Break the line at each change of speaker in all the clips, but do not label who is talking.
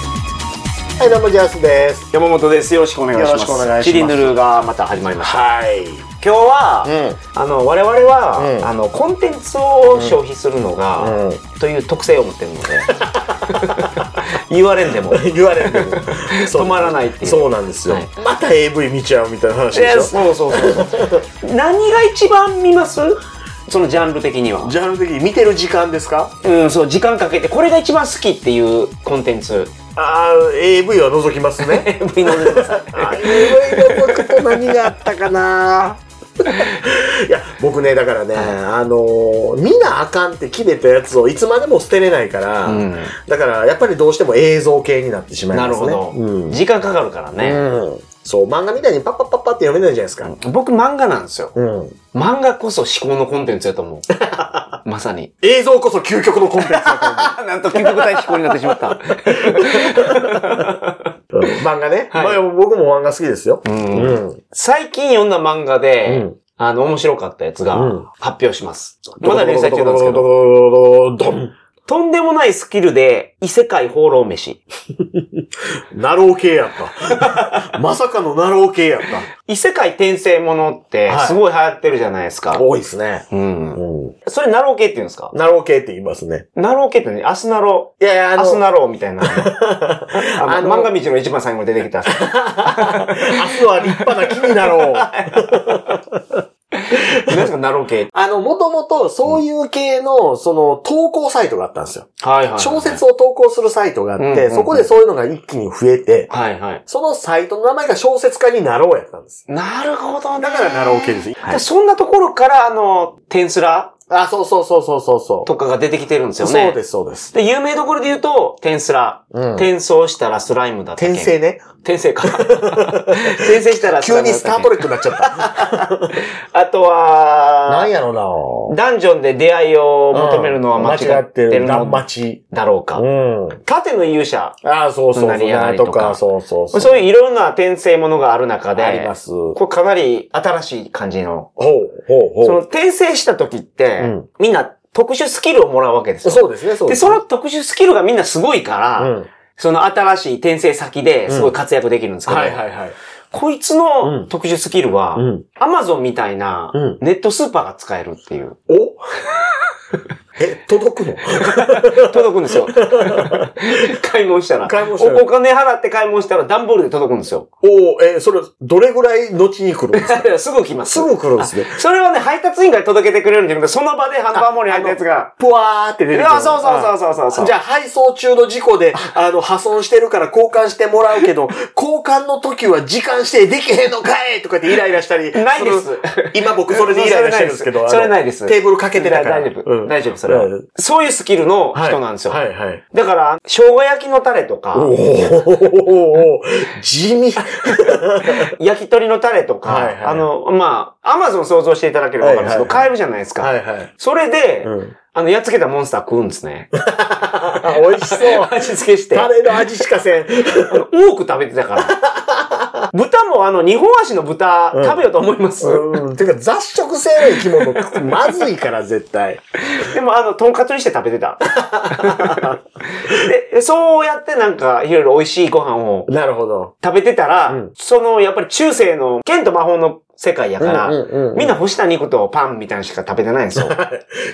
はい、どうもジャスです。
山本です。よろしくお願いします。
よろしくお願いします
チリヌルがまた始まりました。
はい。
今日は、あの我々は、
うん
あのコンテンツを消費するのが、
うん
という特性を持ってるので 言われんでも
言われ るけど
止まらないっていう
そうなんですよ。
はい
また AV 見ちゃうみたいな話で
え
しょ。
そうそうそうそう何が一番見ますそのジャンル的には
ジャンル的に見てる時間ですか
うんそう時間かけてこれが一番好きっていうコンテン ツ
ああ、AV は覗きます ね。
AV のね
あ AV のこと何があったかな いや、僕ね、だからね、あのー、見なあかんって決めたやつをいつまでも捨てれないから、
うん
だからやっぱりどうしても映像系になってしまいま
な
すね。
るほど、
うん。
時間かかるからね、
うんそう、漫画みたいにパッパッパッパって読めないじゃないですか。
僕漫画なんですよ
うん。
漫画こそ思考のコンテンツやと 思うまさに
映像こそ究極のコンテンツだと思う
あ なんと究極大飛行になってしまった。
うん漫画ね。
は
ま
い
あ僕も漫画好きですよ。
うん
うん
最近読んだ漫画で、
うん
あの、面白かったやつが
うん
発表します。まだ連載中なんですけ
ド
ど、
ロドロドロドロドロ
とんでもないスキルで異世界放浪飯。
ドン。ナロー系やった。まさかのナロー系やっ
異世界転生ものって
はい
すごい流行ってるじゃないですか。
た。多いですね。
うん。
うん。
それナロー系って言うんですか
ナロー系って言いますね。
ナロー系ってね、アスナロ
いやいや、
ー、
あ
アス
の、
ナローみたい な。あ
あ
の
の
漫画道の一番最後に出てきた。
明日は立派な木になろう。
何ですか、ナロー系。
あの、もともとそういう系の、その、投稿サイトがあったんですよ。
はいはいはい。
小説を投稿するサイトがあ
うん
っ
うんう
て、
ん
そこでそういうのが一気に増えて、
はいはい。
そのサイトの名前が小説家になろうやったんです。
なるほどね。
だからナロー系です。
でそんなところから、あの、テンスラ
あ、そうそうそうそうそうそう。
とかが出てきてるんですよね。
そうです、そうです。
で、有名どころで言うと、テンスラ。
うん
転送したらスライムだったっけ
転。生ね。
転生か。 転生したらスラ
急
イム
に
だっ
ス
た
タ
っ
ー
け
トレックになっちゃった。
あ と
なん
は、
やろ
ダンジョンで出会いを
な
求めるのは間違ってる
ダン
の
マチ。
だろうか
う。ん。
縦の勇者。
ああ、そうそうそう。
なりやりとか
なんそうそうそう。
そういういろんな転生ものがある中で、
あります。ほう
これかなり新しい感じの。
ほう
その
ほ
転生した時って、
うん
みんな特殊スキルをもらうわけです
う。
よ。
そうですね、そう
で、
ですね。
その特殊スキルがみんなすごいから、
うん。
その新しい転生先ですごい活躍できるんですけど、
はいはいはい。
こいつ
う
の
ん
特殊スキルは、
うん。
アマゾンみたいな
うん
ネットスーパーが使えるっていう。
お え、届くの
届くんで すよ。買い物したら。
買い物したら
おお金払って買い物したら段ボールで届くんですよ。
おえ、それ、どれぐらい後に来るんですか
すぐ来ます。
すぐ来るんですね。
それはね、配達員が届けてくれるんじゃなくて、その場でハンバーモーに入ったやつが。
ぷわーって出
い
てくる。
や、そうそうそうそうそうそう。
じゃあ、配送中の事故で、あの、破損してるから交換してもらうけ ど、交換の時は時間してできへんのかいとかってイライラしたり。
ないです
る今僕それでイライラしてるんですけど。
それないです
あのテーブルかけてないから。
大丈夫、
うん
大丈夫、それは、
うん
そういうスキルの
はい
人なんですよ。
はいはい。
だから、生姜焼きのタレとか、
おお地 味。
焼き鳥のタレとか、
はいはい
あの、まあ、アマゾン想像していただければわかるんですけど、
はいはいはい
買えるじゃないですか。
はいはい。
それで、
うん
あの、やっつけたモンスター食うんで すね。
美味し そう。
味付けして。
タ
あ
レの味しかせん。
の多く食べてたから。 豚もあの、二本足の豚、
うん
食べようと思います。
うん。てか雑食性の生き物、まずいから絶対。
でもあの、トンカツにして食べ てた。で、そうやってなんか、いろいろ美味しいご飯を
なるほど。
食べてたら、
うん
その、やっぱり中世の剣と魔法の世界やから、
うんうんうんうん
みんな干した肉とパンみたいなのしか食べてないんですよ。い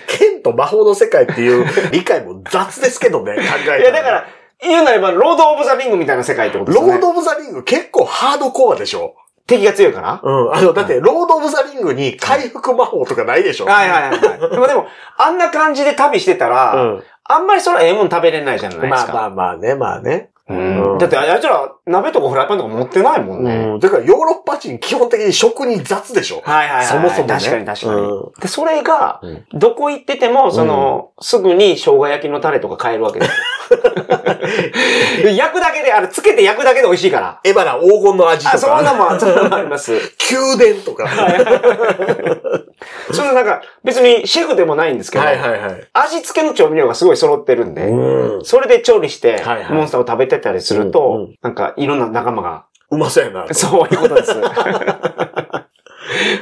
剣と魔法の世界っていう理解も雑ですけどね、考えたら。
や、だから、言うなれば、ロード・オブ・ザ・リングみたいな世界ってことです
ロ
よね。
ード・オブ・ザ・リング結構ハードコアでしょ
敵が強いから、
うん。あの、だって、ロード・オブ・ザ・リングに回復魔法とかないでしょ
はいはいはいはい。でも、でもあんな感じで旅してたら、
うん。
あんまりそれはええもん食べれないじゃないですか。
まあまあまあね、まあね。
う
うん
ん、だって、あいつら、鍋とかフライパンとか持ってないもんね。
うん。だから、ヨーロッパ人基本的に食に雑でしょ
はいはいはい。
そもそもね
確かに確かに。
う
で、それが
うん、
どこ行ってても、その、すぐに生姜焼きのタレとか買えるわけです よ。焼くだけで、あれ、つけて焼くだけで美味しいから。
エバラ黄金の味
あ、
と
そんな
か、
もん、そんなもんあります。
宮殿と か。はい
そのなんか、別にシェフでもないんですけど、
はいはい。
味付けの調味料がすごい揃ってるんで、
うん。
それで調理して
はいは、い
モンスターを食べてたりする
うんう
と、なんか、いろんな仲間が、
うまそうやな。
そういうことです。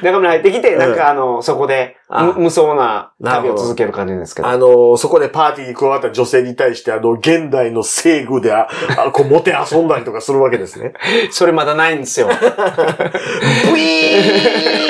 中村入ってきて、
うん
なんかあの、そこで、
あ
む無双な
なる
旅
ほ
を
ど
続ける感じですけど。
あの、そこでパーティーに加わった女性に対して、あの、現代の制御で、あ、あこう、モテ遊んだりとかするわけですね。
それまだないん ですよ。
ブイ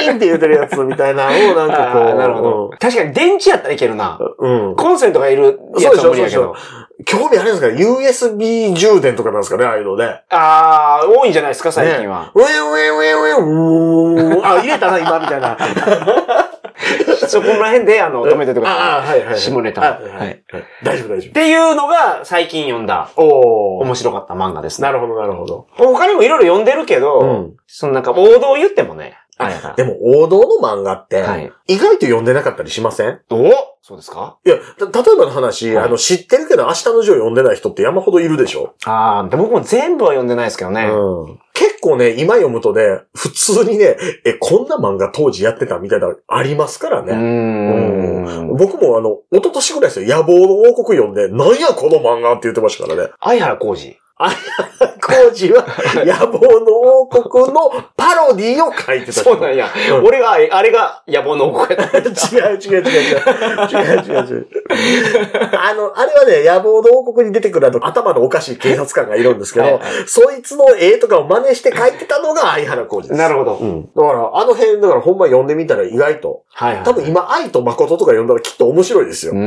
ーンって言ってるやつみたいなのを、なんかこ
あー
う。
なるほど。確かに電池やったらいけるな。
うん。うん。
コンセントがいるやつは無理やけ
そう
ど
で。興味あるんですかね ?USB 充電とかなんですかねああいうのね。
ああ、多いんじゃないですか、最近は。
ウェンウェンウェンウェン、うーん。あ、入れたな、今、みたいな。
そこら辺で、あの、止めててください。
ああ、はいはいはい。
下ネタ
あはいは
はい
い。大丈夫、大丈
っていうのが、最近読んだ、
夫。お
面
お。
白かった漫画ですね。
なるほど、なるほど。
他にもいろいろ読んでるけど、
うん
そのなんか王道言ってもね。あれやから
でも、王道の漫画って
はい、
意外と読んでなかったりしません
おそうですか
いや、た例えばの話、
はい
あの、知ってるけど明日のジョー読んでない人って山ほどいるでしょ、
ああ、で僕も全部は読んでないですけどね。
うん、結構ね、今読むとね、普通にね、え、こんな漫画当時やってたみたいなのありますから
うー
ね。
ん。
僕もあの、一昨年ぐらいですよ、野望の王国読んで、なんやこの漫画って言ってました からね。
相原浩二。
工事 は、野望の王国のパロディを書いてた人。
そうなんや。
うん
俺が、あれが野望の王国やっ た。
違う違う違う違う。違う違う違う。あの、あれはね、野望の王国に出てくるあの、頭のおかしい警察官がいるんですけど、
はいは
そいつの絵とかを真似して描いてたのが相原浩二です。
なるほど。
うん。だから、あの辺、だからほんま読んでみたら意外と。
はいはい。
多分今、愛と誠とか読んだらきっと面白いですよ。
うー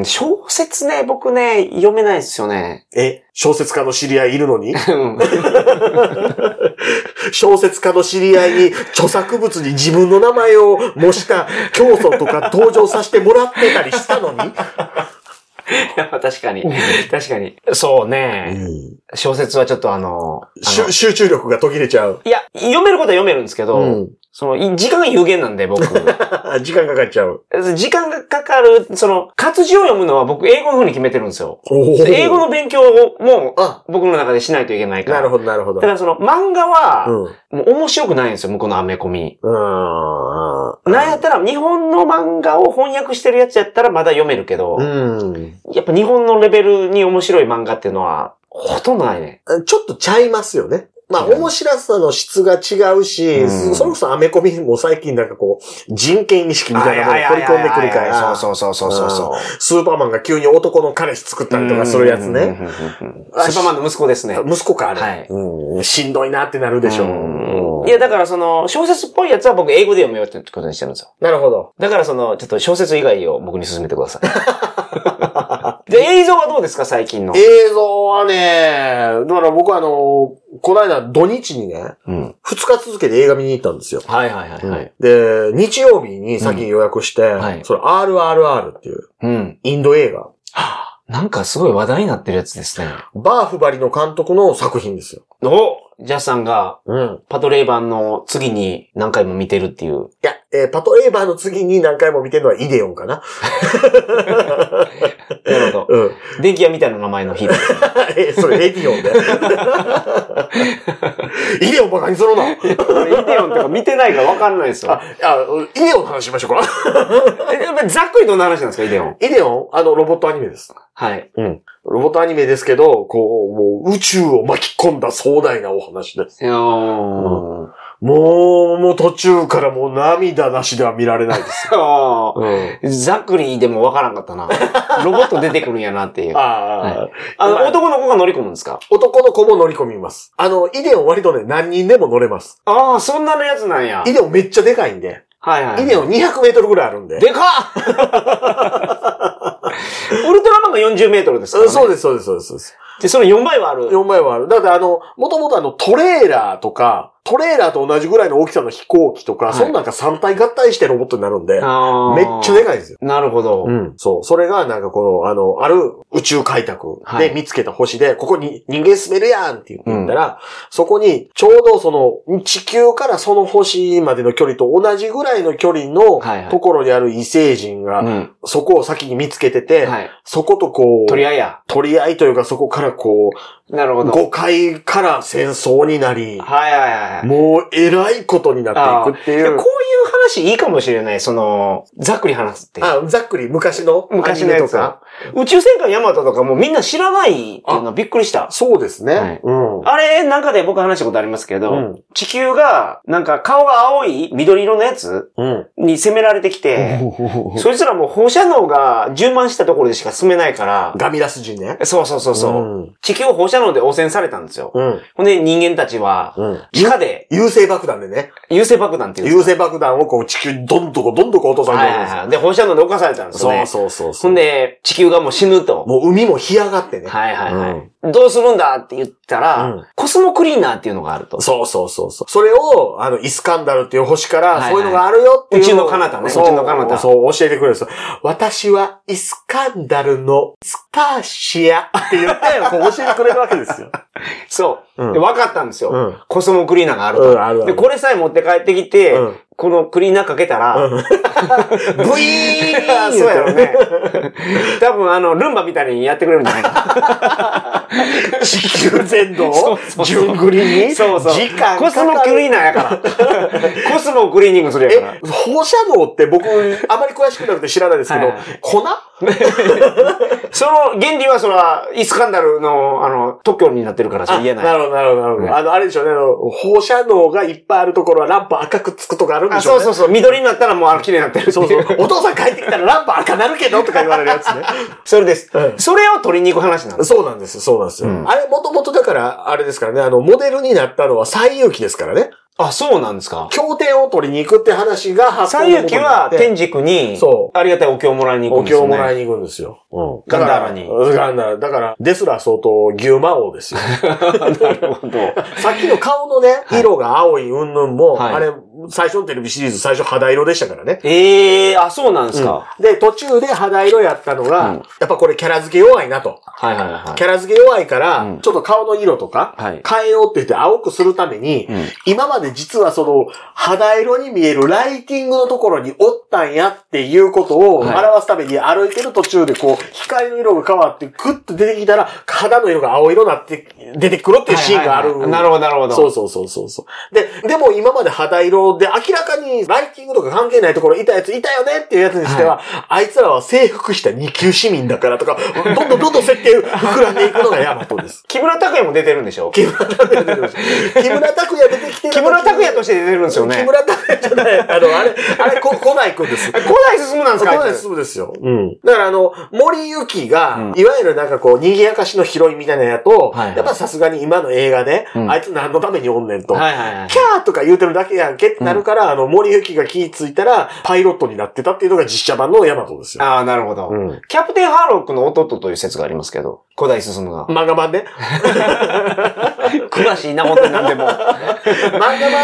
ん、小説ね、僕ね、読めないですよ ね。
え、小説家の知り合いいるのに
うん
小説家の知り合いに著作物に自分の名前を模した 教祖とか登場させてもらってたりしたのに、
確かに。確かに。そうね。小説はちょっとあの、あ
し
の
ゅ集中力が途切れちゃう。
いや、読めることは読めるんですけど、
うん
その、い時間が有限なんで、 僕。
時間かかっちゃう。
時間がかかる、その、活字を読むのは僕、英語の風に決めてるんですよ。英語
の
の勉強をもう、
あ、
僕の中でしないといけないから。
なる
ほ
ほど、なるほど。
だからその、漫画は、
うん。
もう面白くないんですよ、向こうのアメコミ。
うん。
なんやったら、日本の漫画を翻訳してるやつやったらまだ読めるけど、
うん。
やっぱ日本のレベルに面白い漫画っていうのは、ほとんどないね。
ちょっとちゃいますよね。まあ、
うん
面白さの質が違うし、
うん
それこそアメコミも最近なんかこう、人権意識みたいなものを取り込んでくるか
はいはいはいは
ら、
いそうそうそうそうそう。
スーパーマンが急に男の彼氏作ったりとかするやつね。
うんうんうんうんうん。スーパーマンの息子ですね。
息子か、あれ、
はい
うん。しんどいなってなるでしょう。うん
いや、だからその、小説っぽいやつは僕英語で読めようってことにしてるんですよ。
なるほど。
だからその、ちょっと小説以外を僕に勧めてくださ い。で、映像はどうですか最近の。
映像はね、だから僕はあの、この間土日にね、
うん。
二日続けて映画見に行ったんですよ。
はいはいはいはい。
で、日曜日に先に予約して、
はい
それ RRR っていう
うん。
インド映画。
はぁなんかすごい話題になってるやつですね。
バーフバリの監督の作品ですよ。
おジャスさんが
うん。
パトレイ版の次に何回も見てるっていう。
いや、えーパトレイバーの次に何回も見てるのはイデオンかな。
なる ほど。
うん。
電気屋みたいな名前の 日。
えそれエディオン で。イデオンバカにするな。
俺イデオンとか見てないから分かんないですよ。
あ、イデオンの話しましょうか。
え やっぱりざっくりどんな話なんですか、イデオン。
イデオンあの、ロボットアニメです。
はい。
うん。ロボットアニメですけど、こう、もう宇宙を巻き込んだ壮大なお話です。
いやー
もう、もう途中からもう涙なしでは見られないです。
あ
うん。
ーざっくりでも分からんかった な。ロボット出てくるんやなっていう。あ
ああ、
の、男の子が乗り込むんですか
男の子も乗り込みます。あの、イデオン割とね、何人でも乗れます。
ああ、そんなのやつなんや。
イデオンめっちゃでかいんで。
はいはい。
イデオン200メートルぐらいあるんで。
でか っウルトラマンが40メートルですから、
うん
ね。
そうです、そうです、そうですそうです。
で、その4倍はある。
4枚はある。だってあの、もともとあの、トレーラーとか、トレーラーと同じぐらいの大きさの飛行機とか、
はい
そんなんか3体合体してロボットになるんで、
あー
めっちゃでかいですよ。
なるほど。
うん。そう。それが、なんかこの、あの、ある宇宙開拓
はい
で見つけた星で、ここに人間住めるやんって言って言ったら、そこに、ちょうどその、地球からその星までの距離と同じぐらいの距離の
はいはい
ところにある異星人が、
うん。
そこを先に見つけてて、
はい。
そことこう、
取り合いや。
取り合いというか、そこからこう、
なるほど。
誤解から戦争になり、
はいはいはいはい。
もう、えらいことになっていくってい。
でこういうう話いいかもしれない。その、ざっくり話すって。
あざっくり昔の
昔の
アニ
や
メ
つ。宇宙戦艦ヤマトとかもうみんな知らないっていうのびっくりした。
そうですね。
はい
うん。
あれ、なんかで僕話したことありますけど、
うん
地球が、なんか顔が青い緑色のやつ
うん。
に攻められてきて、そいつらもう放射能が充満したところでしか住めないから、
ガミラス人ね。
そうそうそうそう。
うん
地球を放射能で汚染されたんですよ。
うん。
ほんで人間たちは、
うん。
地下で
優勢爆弾でね。
優勢爆弾っていうんです
優勢爆弾をこう地球にどんどこどんどこ落とさ
か
れ
は
て
い
るんで
はい
すよ
はい。で、放射能で犯されたんですよね。
そうそうそうそ
ほ
う。
んで、地球がもう死ぬと。
もう海も干上がってね。
はいはいはい、どうするんだって言ったら、
うん
コスモクリーナーっていうのがあると。
そうそうそうそう。それを、あの、イスカンダルっていう星か
はいは
ら、
い
そういうのがあるよっていうを。
宇宙の彼方ね
そう
宇宙の彼方
そう、教えてくれるんですよ私はイスカンダルのスターシアって言って、こう教えてくれるわけですよ。
そう。
うん
で分かったんですよ、
うん
コスモクリーナーがある
う
と、
ん、あるあ
で、
る。
これさえ持って帰ってきて、
うん
このクリーナーかけた ら、
うん
ブイーン そうやろね。多分あの、ルンバみたいにやってくれるんじゃないか
地球全 土
そう
を
そうそう
順繰りに、
そうそう
時 間かかる
コスモクリーナーやから。コスモクリーニングするやから
え。、放射能って僕、あまり詳しくなくて知らないですけど
はいはい、
粉
その原理はそら、イスカンダルの、あの、特許になってるから、それ言えない。
るほど、なるほど、なるほ
うん
あの、あれでしょうねあの、放射能がいっぱいあるところはランプ赤くつくとかあるんで
あ、
しょ
そうう
ね。
そうそう。緑になったらもうあの綺麗になってる。
そうそう。お父さん帰ってきたらランプ 赤なるけどとか言われるやつね。
それです。
うん
それを取りに行く話なんです。
そうなんですよ、そうなんですよ。
うん
あれ、もともとだから、あれですからね、あの、モデルになったのは西遊記ですからね。
あ、そうなんですか。
経典を取りに行くって話が発
三遊記は天
天
竺に、
そ
ありがたいお経をもらいに行くん
お
です
経
よ、
を
ね。
もらいに行くんですよ。うん。
ガンダーラに
だからガンダーラ。だから、デスラ相当牛魔王ですよ。
なるほど。
さっきの顔のね、色が青い云々も、
はい
あれ、最初のテレビシリーズ最初肌色でしたからね。
ええー、あ、そうなんですか。
で、途中で肌色やったのが、
うん
やっぱこれキャラ付け弱いなと。
はいはいは
キャラ付け弱いから、
うん
ちょっと顔の色とか、
はい
変えようって言って青くするために、
うん
今まで実はその、肌色に見えるライティングのところにおったんやっていうことを
はい
表すために歩いてる途中でこう、光の色が変わってグッと出てきたら、肌の色が青色になって出てくるっていうシーンがある。
はいはいはいなるほど、なるほど。
そうそうそうそうそう。で、でも今まで肌色で明らかにライティングとか関係ないところいたやついたよねっていうやつにしては、あいつらは征服した二級市民だからとか、どんどんどんどん設定膨らんでいくのがヤマトです
。木村拓哉も出てるんでしょ
木村拓哉出てきました木村拓哉出てきてる時
木村拓哉として出てるんですよね。
木村拓哉じゃない。あの、あれ、あれ、こ、古代くんです。
あ 古代進むなんですか
そうです、そうですよ。うん。だからあの、森ゆきが、いわゆるなんかこう、賑やかしのヒロインみたいなやと、
はいはい
やっぱさすがに今の映画で、
うん
あいつ何のためにおんねんと。
はいはいはい
キ。ャーとか言うてるだけやんけってなるから、あの、森ゆきが気ぃついたら、パイロットになってたっていうのが実写版のヤマトですよ。
ああ、なるほど、
うん
キャプテンハーロックの弟という説がありますけど、古代進むが。
漫画版ね。
詳しいな、本当に何 でも。
漫画版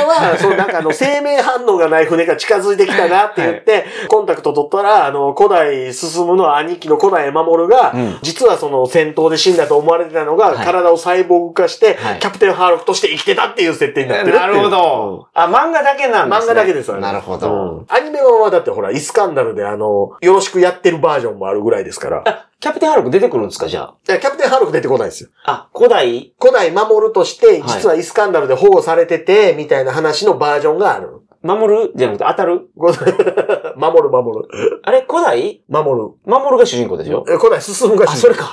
は、そう、なんかあの、生命反応がない船が近づいてきたなって言って、コンタクト取ったら、あの、古代進むの兄貴の古代守が、
うん
実はその戦闘で死んだと思われてたのが、
はい
体を細胞化して、
はい
キャプテンハーロックとして生きてたっていう設定になってるっていう
なるほど。あ、漫画だけなんですね。
漫画だけですよね。
なるほど、
うんアニメ版はだってほら、イスカンダルであの、よろしくやってるバージョンもあるぐらいですから。
キャプテンハーロック出てくるんですか、じゃあ。
いや、キャプテンハーロック出てこないですよ。
あ、古代
古代守るとして、
はい
実はイスカンダルで保護されてて、みたいな話のバージョンがある。
守るじゃなくて当たる
ご守る守る。
あれ古代
守
守るが主人公でしょ
る。え古代進むが
あ、それか。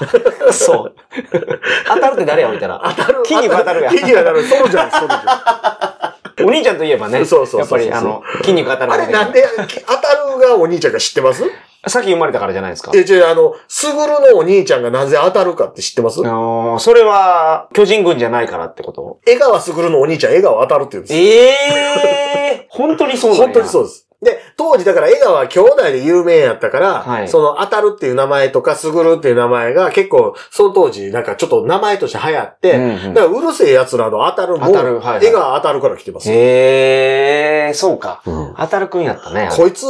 そう。当たるって誰やみたいな。
当たる。
木に当たるやん
木に当たる。そうじゃん、そうじ ゃ
お兄ちゃんといえばね。
そうそうそうそう
やっぱり、あの、筋肉当たる
ん。あれなんで、き当たるがお兄ちゃんが知ってます
さっき生まれたからじゃないですか
え、。じゃあ、あの、すぐるのお兄ちゃんがなぜ当たるかって知ってます
あのーそれは、巨人軍じゃないからってこと
江川すぐるのお兄ちゃん、江川当たるって言うんですよ。
ええ本当にそうなんや
本当にそうです。で、当時だから江川兄弟で有名やったから、
はい
その当たるっていう名前とかすぐるっていう名前が結構、その当時なんかちょっと名前として流行って、
うんうん
だからうるせえ奴らの当たるも、
当たるはいはい
江川当たるから来てます。
ええそうか。
うん
当たるくんやったね。
こいつ、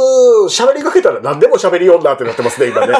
喋りかけたら何でも喋りよんなってなってますね、今 ね。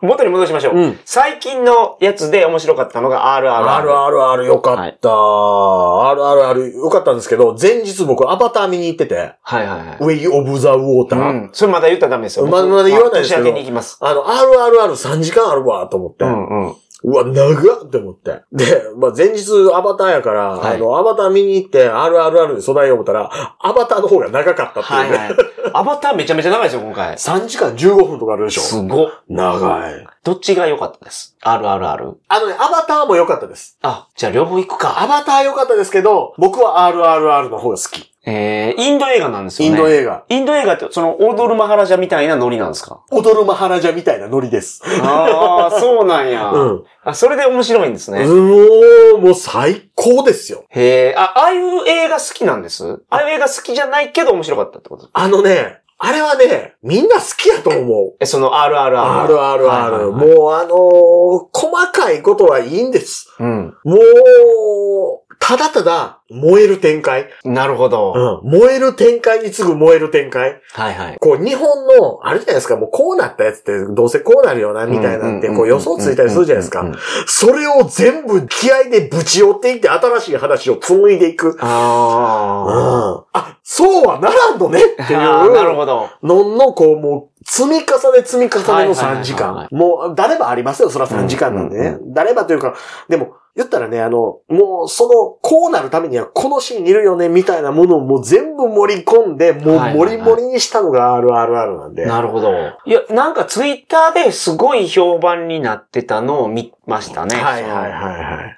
元に戻しましょう、
うん
最近のやつで面白かったのが RRR。
あるあるあるよかった。あるあるあるよかったんですけど、前日僕アバター見に行ってて、
はいはいはい。
ウェイオブザウォーター。
うん。それまだ言ったらダメですよ。
ままだ言わないですけど
あ年明けに行きます。
あの、あるあるある3時間あるわ、と思って。
うんうん。
うわ、長っって思って。で、まあ、前日アバターやから、
はい
あの、アバター見に行って、RRR で備えよう思ったら、アバターの方が長かったっていう
はい
ね。
はい。アバターめちゃめちゃ長いですよ、今回。
3時間15分とかあるでし
す
ょ
ごっ。
長い。
どっちが良かったです。RRR。
あのね、アバターも良かったです。
あ、じゃあ両方行くか。
アバター良かったですけど、僕は RRR の方が好き。
えー、インド映画なんですよ
イ
ね。
ンド映画。
インド映画って、その、オードルマハラジャみたいなノリなんで すか
踊るマハラジャみたいなノリです。
ああ、そうなんや
うん。
あ、それで面白いんですね。
うおーもう最高ですよ。
へえ、あ、ああいう映画好きなんです。ああいう映画好きじゃないけど面白かったってこと
あのね、あれはね、みんな好きやと思う。
え、その RRR。
あるあるあ
はい
る。
はいはい
もうあのー細かいことはいいんです。
うん。
もう、ただただ燃える展開。
なるほど。
うん。燃える展開に次ぐ燃える展開。
はいはい。
こう、日本の、あれじゃないですか、もうこうなったやつって、どうせこうなるよな、みたいなんて、こう予想ついたりするじゃないです
うん
か
うんうん。
それを全部気合でぶち寄っていって、新しい話を紡いでいく。うん。
あ
あ、そうはならんのねってい
あ。
う。
あーなるほど。
のんの、こう、もう、積み重ね積み重
はい
ねの
はいはいは
3
い
時間。もう、誰ばありますよ、そら3時間なんで
うん
ね
う。
誰ばというか、でも、言ったらね、あの、もう、その、こうなるためには、このシーンいるよね、みたいなものをもう全部盛り込んで、もう
はいはいはい
盛り盛りにしたのが RRR なんで。
なるほど。いや、なんかツイッターですごい評判になってたのを見ましたね。
はいはいはいはい。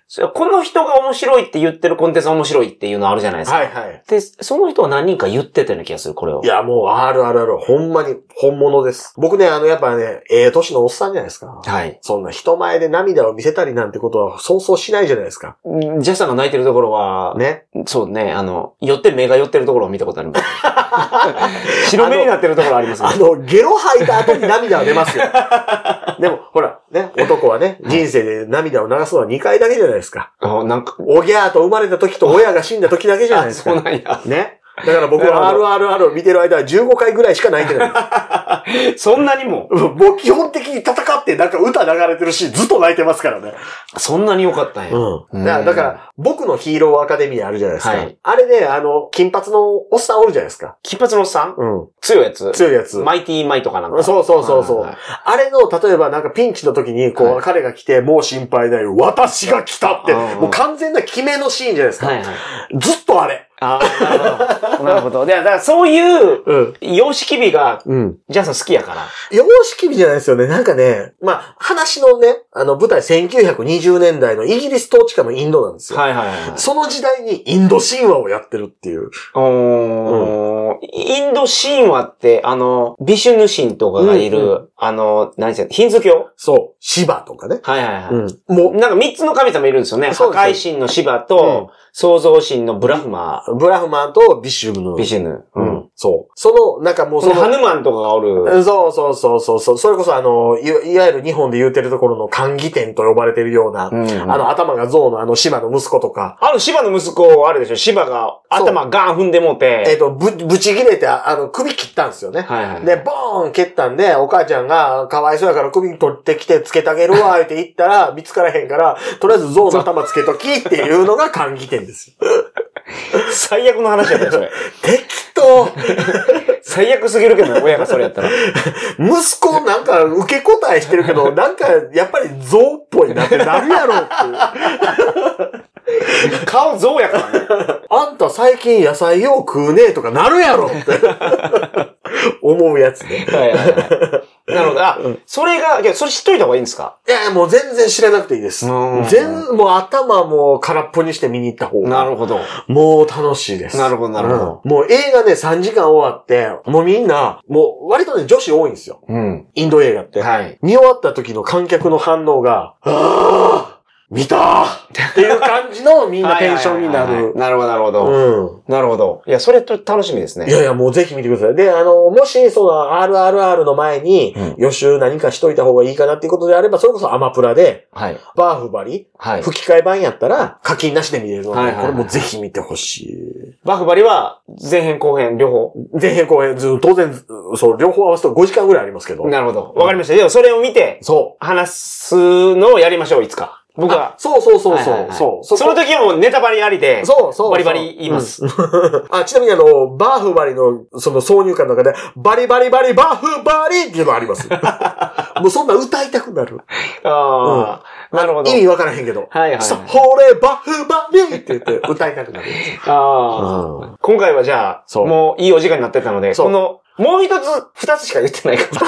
そのこの人が面白いって言ってるコンテンツ面白いっていうのあるじゃないですか。
はいはい。
で、その人は何人か言ってたような気がする、これを。
いや、もう RRR、ほんまに本物です。僕ね、あの、やっぱね、ええ年のおっさんじゃないですか。
はい。
そんな人前で涙を見せたりなんてことは、そうそうしないじゃないですか。
ジャスさんが泣いてるところは、
ね。
そうね、あの、寄って目が寄ってるところを見たことあります。白目になってるところありますね
あの、ゲロ吐いた後に涙は出ます よ。でも、ほら、ね、男はね、人生で涙を流すのは2回だけじゃないですか。
あ、なんか、
おぎゃーと生まれた時と親が死んだ時だけじゃない
あ、
です
そう
か。
なんや。
ね。だから僕は
なるほ
RRR を見てる間は15回ぐらいしか泣いてない。
そんなに も、
もう基本的に戦ってなんか歌流れてるし、ずっと泣いてますからね。
そんなに良かったんや。
うん。だから、だから僕のヒーローアカデミーあるじゃないですか。
はい
あれで、あの、金髪のおっさんおるじゃないですか。
金髪のおっさん
うん。
強いやつ。
強いやつ。
マイティマイとかなんか。
そうそうそうそう。
はいはいはい
あれの、例えばなんかピンチの時に、こう、
はい
彼が来て、もう心配ないよ。私が来たって、
うんうん
もう完全な決めのシーンじゃないですか。
はいはい。
ずっとあれ。
あーなるほど。なるほど。でだからそういう、
うん。
様式美が、
うん。
ジャスさん好きやから。
様式美じゃないですよね。なんかね、まあ、話のね、あの、舞台1920年代のイギリス統治下のインドなんですよ。
はいはいはいはい。
その時代にインド神話をやってるっていう。
おーインド神話って、あの、ビシュヌ神とかがいる、
うんう
あの、何せ、ヒンズー教
そう。シバとかね。
はいはいはい。
うん。も
なんか三つの神様いるんですよね。
そ
破
うです
壊神のシバと、創造神のブラフマ、
う、ブラフマンとビシュの。
ビシュヌ。
う
うん。
ん。そう。その、なんかもう
そ
その
のハ、ヌマンとかがおる。
そうそうそうそうそう。それこそあの、いいわゆる日本で言うてるところの管義点と呼ばれてるような、
うん
あの頭が象のあの島の息子とか、
あのシバの息子、あれでしょ、シバが頭ガン踏んでもう。
えってと、ぶ、ぶち切れて、ああの、首切ったんですよね。
はいはい。
で、ボーン蹴ったんで、お母ちゃんが、かわいそうやから首取ってきてつけてあげる わ、って言ったら、見つからへんから、とりあえず象の頭つけときっていうのが管義点ですよ。
最悪の話やったよ、それ。
適当
最悪すぎるけどね、親がそれやったら。
息子なんか受け答えしてるけど、なんかやっぱり象っぽいなってなるやろっていう。
顔象やからね。
あんた最近野菜よう食うねえとかなるやろって 思うやつね。
はいはいはい。なるほど。あ、それが、いや、それ知っといた方がいいんですか
いや、もう全然知らなくていいです。
うん
全、もう頭もう空っぽにして見に行った方が。
るほど。
もう楽しいです。
なるほどなるほど
うんもう映画ね、3時間終わって、もうみんな、もう割とね、女子多いんですよ。
うん。
インド映画って。
はい。
見終わった時の観客の反応が、ああ見たーっていう感じのみんなテンションにな
はいはいはいはい
る。
なるほど、なるほど。
うん。
なるほど。いや、それと楽しみです
い
ね。
やいや、もうぜひ見てください。で、あの、もし、その、RRR の前に
うん、
予習何かしといた方がいいかなっていうことであれば、それこそアマプラで、
はい。
バーフバリ、
はい。
吹き替え版やったら、課金なしで見れるの
は
で、
いはい
こ
はい
れもぜひ見てほしい。
バフバリは、前編後編両方。
前編後編、ず当然、ずそう、両方合わせると5時間ぐらいありますけど。
なるほど。わかりました。でもそれを見て、
そ
話すのをやりましょう、いつか。
う。
僕は。
そうそうそう
はい
そ
はいは
う
い。
そう。
その
時
時はもうネタバリありで、
そうそう。
バリバリ言います。
うん。あ、ちなみにあの、バ ーフバリの、その挿入歌の中で、バリバリバリバーフバリっていうのあります。バもうそんな歌いたくなる。
ああ、なるほど。
意味わからへんけど。
はいはいはい
さ、ほればふばりって言って歌いたくなるやつ。
ああ、
うん
今回はじゃあ、
そう
もういいお時間になってたので、
そう
この、もう一つ、二つしか言ってないか。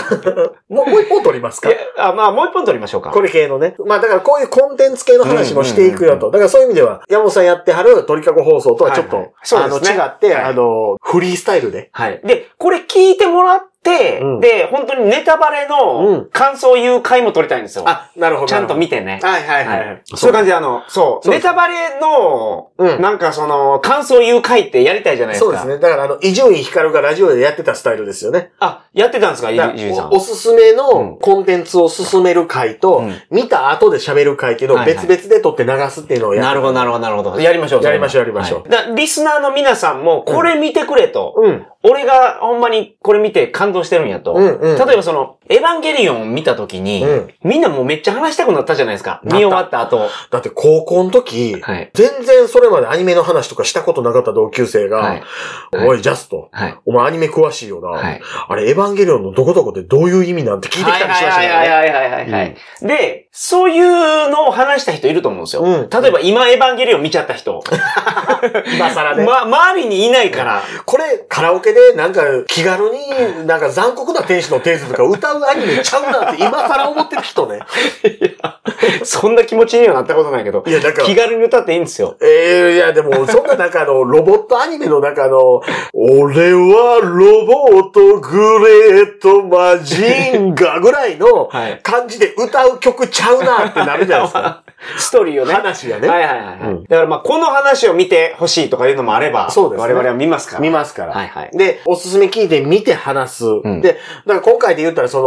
もう、もう一本取りますから
い。や、あまあ、もう一本取りましょうか。
これ系のね。まあだからこういうコンテンツ系の話もしていくよと。だからそういう意味では、山本さんやってはる鳥かご放送とはちょっと、
はいはいそうですね
あの違って、
はい
あの、フリースタイルで。
はい。で、これ聞いてもらって、
うん
で、本当にネタバレ
う
の
ん
感想を言う回も取りたいんですよ。
あ、なるほど。
ちゃんと見てね。
はいはいはい。
は
はいい、
そういう感じで、あの、そう。
そう
ネ
です
タバレの、
うん
なんかその、感想言う回ってやりたいじゃないですか。
そうですね。だからあの、伊集院光がラジオでやってたスタイルですよね。
あ、やってたんですか、伊
だから
集院さん
おお。すすめ
うん
のコンテンツを進める回と、
うん
見た後で喋る回っていうのを
はい
別
はい
々で撮って流すっていうのをや
な
る。
るほど、なるほど、なるほど。やりましょう、それ
やりましょうやりましょう
はいだからリスナーの皆さんも、これ見てくれと。
うん。
俺がほんまにこれ見て感動してるんやと。
うんうん
例えばその、エヴァンゲリオンを見た時に、
うん
みんなもうめっちゃ話したくなったじゃないですか。見
なった
終わった後。
だって高校の時、
はい
全然それまでアニメの話とかしたことなかった同級生が、
はい
おい、ジャスト。
はい。
お前アニメ詳しいよな。
はい
あれ、エヴァンゲリオンのどこどこでどういう意味なんて聞いてきたりしました
はい
か
はい
らね。
はいはいはいはい、で、そういうのを話した人いると思うんですよ。
うん
例えば今エヴァンゲリオン見ちゃった人。
今更ね。
ま、周りにいないから。
これ、カラオケでなんか気軽になんか残酷な天使のテーズとか歌うアニメちゃうなって今更思ってる人ね。
そんな気持ちにはなったことないけど。
いやだから
気軽に歌っていいんですよ。
ええいや、でも、そんな中の、ロボットアニメの中の、俺はロボットグレートマジンガぐらいの
はい
感じで歌う曲ちゃうなってなるじゃないです か。
ストーリーをね。
話がね
はいはいはいはい。
うん
だからまあ、この話を見てほしいとかいうのもあれば、
そうですね
我々は見ますから。
見ますから。
はいはい
で、おすすめ聞いて見て話す。
ん
で、だから今回で言ったら、そ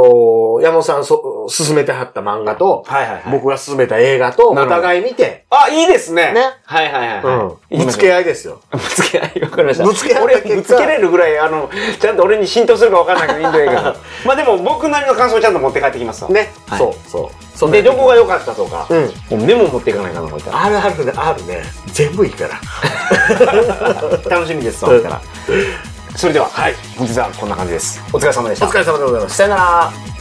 の、山本さんそ勧めてはった漫画と、
はいはいはい
僕が勧めた映画と、お
なるほど
互い見て、
あ、いいですね。
ね
はいはいはいはい。
うん。ぶつけ合いですよ。
ぶつけ合い、わかりました。
ぶつけ合い
俺
だけさ
ぶつけれるぐらい、あの、ちゃんと俺に浸透するかわかんないけど、インド映 画が。まあでも、僕なりの感想をちゃんと持って帰ってきますわ。
ね。
はい
そう、そう。そんな
で、どこが良かったとか、
うん
もうメモ持っていかないかな、こう いったら。
あるあるね、あるね。全部いいから。
楽しみです、それから。それでは、はい、本日はこんな感じです。お疲れ様でし
お
た
疲。れ様でございました。
さよなら。